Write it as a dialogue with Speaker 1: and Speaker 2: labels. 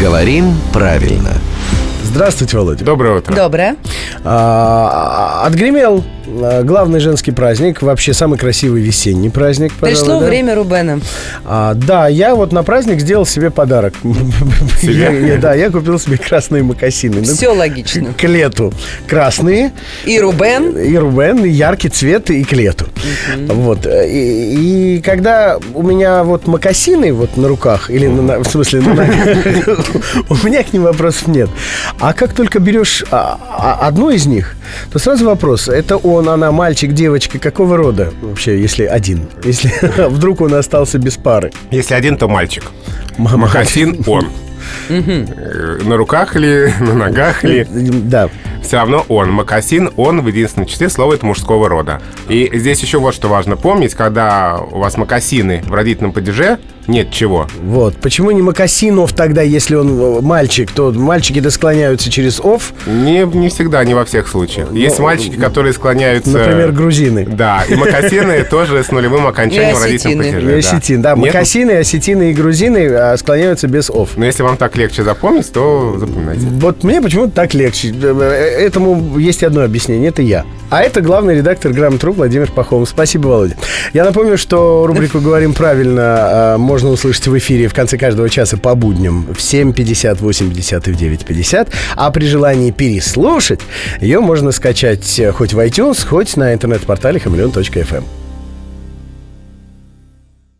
Speaker 1: Говорим правильно.
Speaker 2: Здравствуйте, Володя.
Speaker 3: Доброе утро.
Speaker 4: Доброе.
Speaker 2: А, отгремел а, главный женский праздник, вообще самый красивый весенний праздник. пожалуй,
Speaker 4: Пришло
Speaker 2: да.
Speaker 4: время Рубена.
Speaker 2: А, да, я вот на праздник сделал себе подарок.
Speaker 3: Себе?
Speaker 2: Я- я- Да, я купил себе красные мокасины. Ну,
Speaker 4: Все логично.
Speaker 2: К лету. Красные.
Speaker 4: И Рубен.
Speaker 2: И рубен, и яркий цвет, и к лету. Вот. И, и когда у меня вот мокасины вот на руках, или на- на- в смысле на ногах, у меня к ним вопросов нет. А как только берешь а, а, одну из них, то сразу вопрос, это он, она, мальчик, девочка, какого рода вообще, если один? Если вдруг он остался без пары?
Speaker 3: Если один, то мальчик.
Speaker 2: Мама.
Speaker 3: Мокасин он. Э, На руках ли, на ногах ли,
Speaker 2: Да.
Speaker 3: все равно он. Макасин, он в единственном числе слово это мужского рода. И здесь еще вот что важно помнить, когда у вас макасины в родительном падеже, нет чего.
Speaker 2: Вот. Почему не Макасинов тогда, если он э, мальчик, то мальчики-то склоняются через ов,
Speaker 3: Не, не всегда, не во всех случаях. Есть мальчики, которые склоняются...
Speaker 2: Ну, например, грузины.
Speaker 3: Да, и макасины тоже с нулевым окончанием в родительном
Speaker 4: осетины.
Speaker 3: падеже.
Speaker 2: И осетин, да.
Speaker 3: Нет?
Speaker 2: Макасины, осетины и грузины а, склоняются без «ов».
Speaker 3: Но если вам так легче запомнить, то запоминайте.
Speaker 2: Вот мне почему-то так легче. Э, э, Этому есть одно объяснение, это я. А это главный редактор «Грамотру» Владимир Пахомов. Спасибо, Володя. Я напомню, что рубрику «Говорим правильно» э, можно услышать в эфире в конце каждого часа по будням в 7.50, 8.50 и в 9.50. А при желании переслушать, ее можно скачать э, хоть в iTunes, хоть на интернет-портале хамелеон.фм.